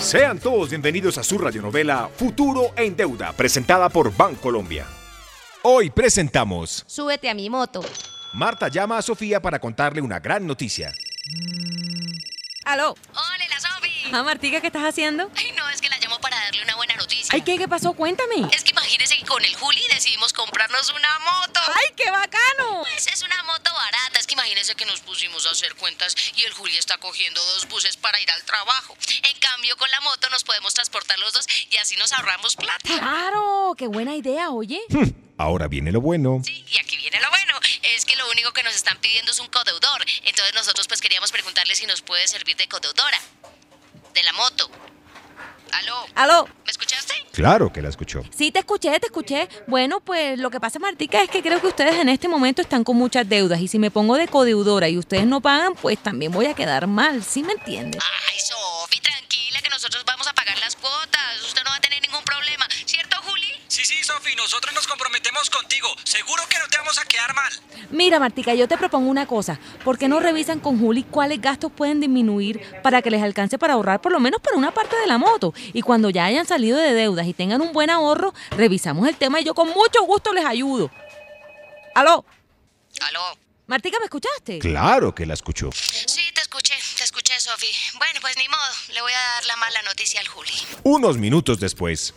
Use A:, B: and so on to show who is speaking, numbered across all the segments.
A: Sean todos bienvenidos a su radionovela Futuro en Deuda, presentada por Bancolombia. Hoy presentamos.
B: Súbete a mi moto.
A: Marta llama a Sofía para contarle una gran noticia.
C: Aló.
D: Hola, la Sofi.
C: Ah, Martica, ¿qué estás haciendo?
D: Ay, no, es que la llamo para darle una buena noticia.
C: Ay, ¿qué, qué pasó? Cuéntame.
D: Es que imagínese que con el Juli decidimos comprarnos una moto.
C: ¡Ay, qué bacano!
D: Pues es una moto barata. Es que imagínese que nos pusimos a hacer cuentas y el Juli está cogiendo dos buses para ir al trabajo. En cambio, con la moto nos podemos transportar los dos y así nos ahorramos plata.
C: Claro, qué buena idea, oye.
A: Ahora viene lo bueno.
D: Sí, y aquí viene lo bueno. Es que lo único que nos están pidiendo es un codeudor. Entonces nosotros pues queríamos preguntarle si nos puede servir de codeudora. De la moto. Aló.
C: Aló.
D: ¿Me escuchaste?
A: Claro que la escuchó.
C: Sí, te escuché, te escuché. Bueno, pues lo que pasa, Martica, es que creo que ustedes en este momento están con muchas deudas y si me pongo de codeudora y ustedes no pagan, pues también voy a quedar mal, ¿sí me entiendes?
D: Ay, Sofi, tranquila, que nosotros vamos a pagar las cuotas. Usted no va a tener ningún problema. ¿Cierto, Juli?
E: Sí, sí, Sofi, nosotros nos comprometemos contigo. Seguro que no te vamos a quedar mal.
C: Mira, Martica, yo te propongo una cosa. ¿Por qué no revisan con Juli cuáles gastos pueden disminuir para que les alcance para ahorrar por lo menos para una parte de la moto? Y cuando ya hayan salido de deudas y tengan un buen ahorro, revisamos el tema y yo con mucho gusto les ayudo. Aló,
D: Aló.
C: Martica, ¿me escuchaste?
A: Claro que la escuchó.
D: Sí, te escuché, te escuché, Sofi. Bueno, pues ni modo. Le voy a dar la mala noticia al Juli.
A: Unos minutos después.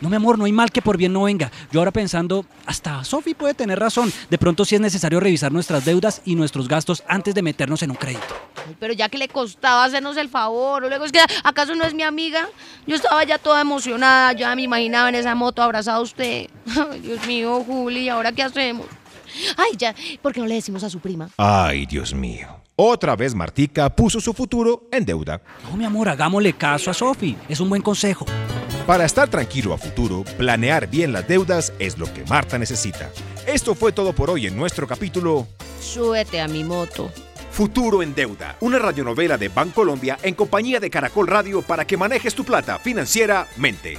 F: No, mi amor, no hay mal que por bien no venga. Yo ahora pensando, hasta Sofi puede tener razón. De pronto sí es necesario revisar nuestras deudas y nuestros gastos antes de meternos en un crédito.
B: Ay, pero ya que le costaba hacernos el favor, o luego es que acaso no es mi amiga. Yo estaba ya toda emocionada, ya me imaginaba en esa moto abrazada a usted. Ay, Dios mío, Juli, ¿y ahora qué hacemos? Ay, ya, ¿por qué no le decimos a su prima?
A: Ay, Dios mío. Otra vez Martica puso su futuro en deuda.
F: No, mi amor, hagámosle caso a Sofi. Es un buen consejo.
A: Para estar tranquilo a futuro, planear bien las deudas es lo que Marta necesita. Esto fue todo por hoy en nuestro capítulo
B: Súbete a mi moto.
A: Futuro en Deuda, una radionovela de Bancolombia en compañía de Caracol Radio para que manejes tu plata financieramente.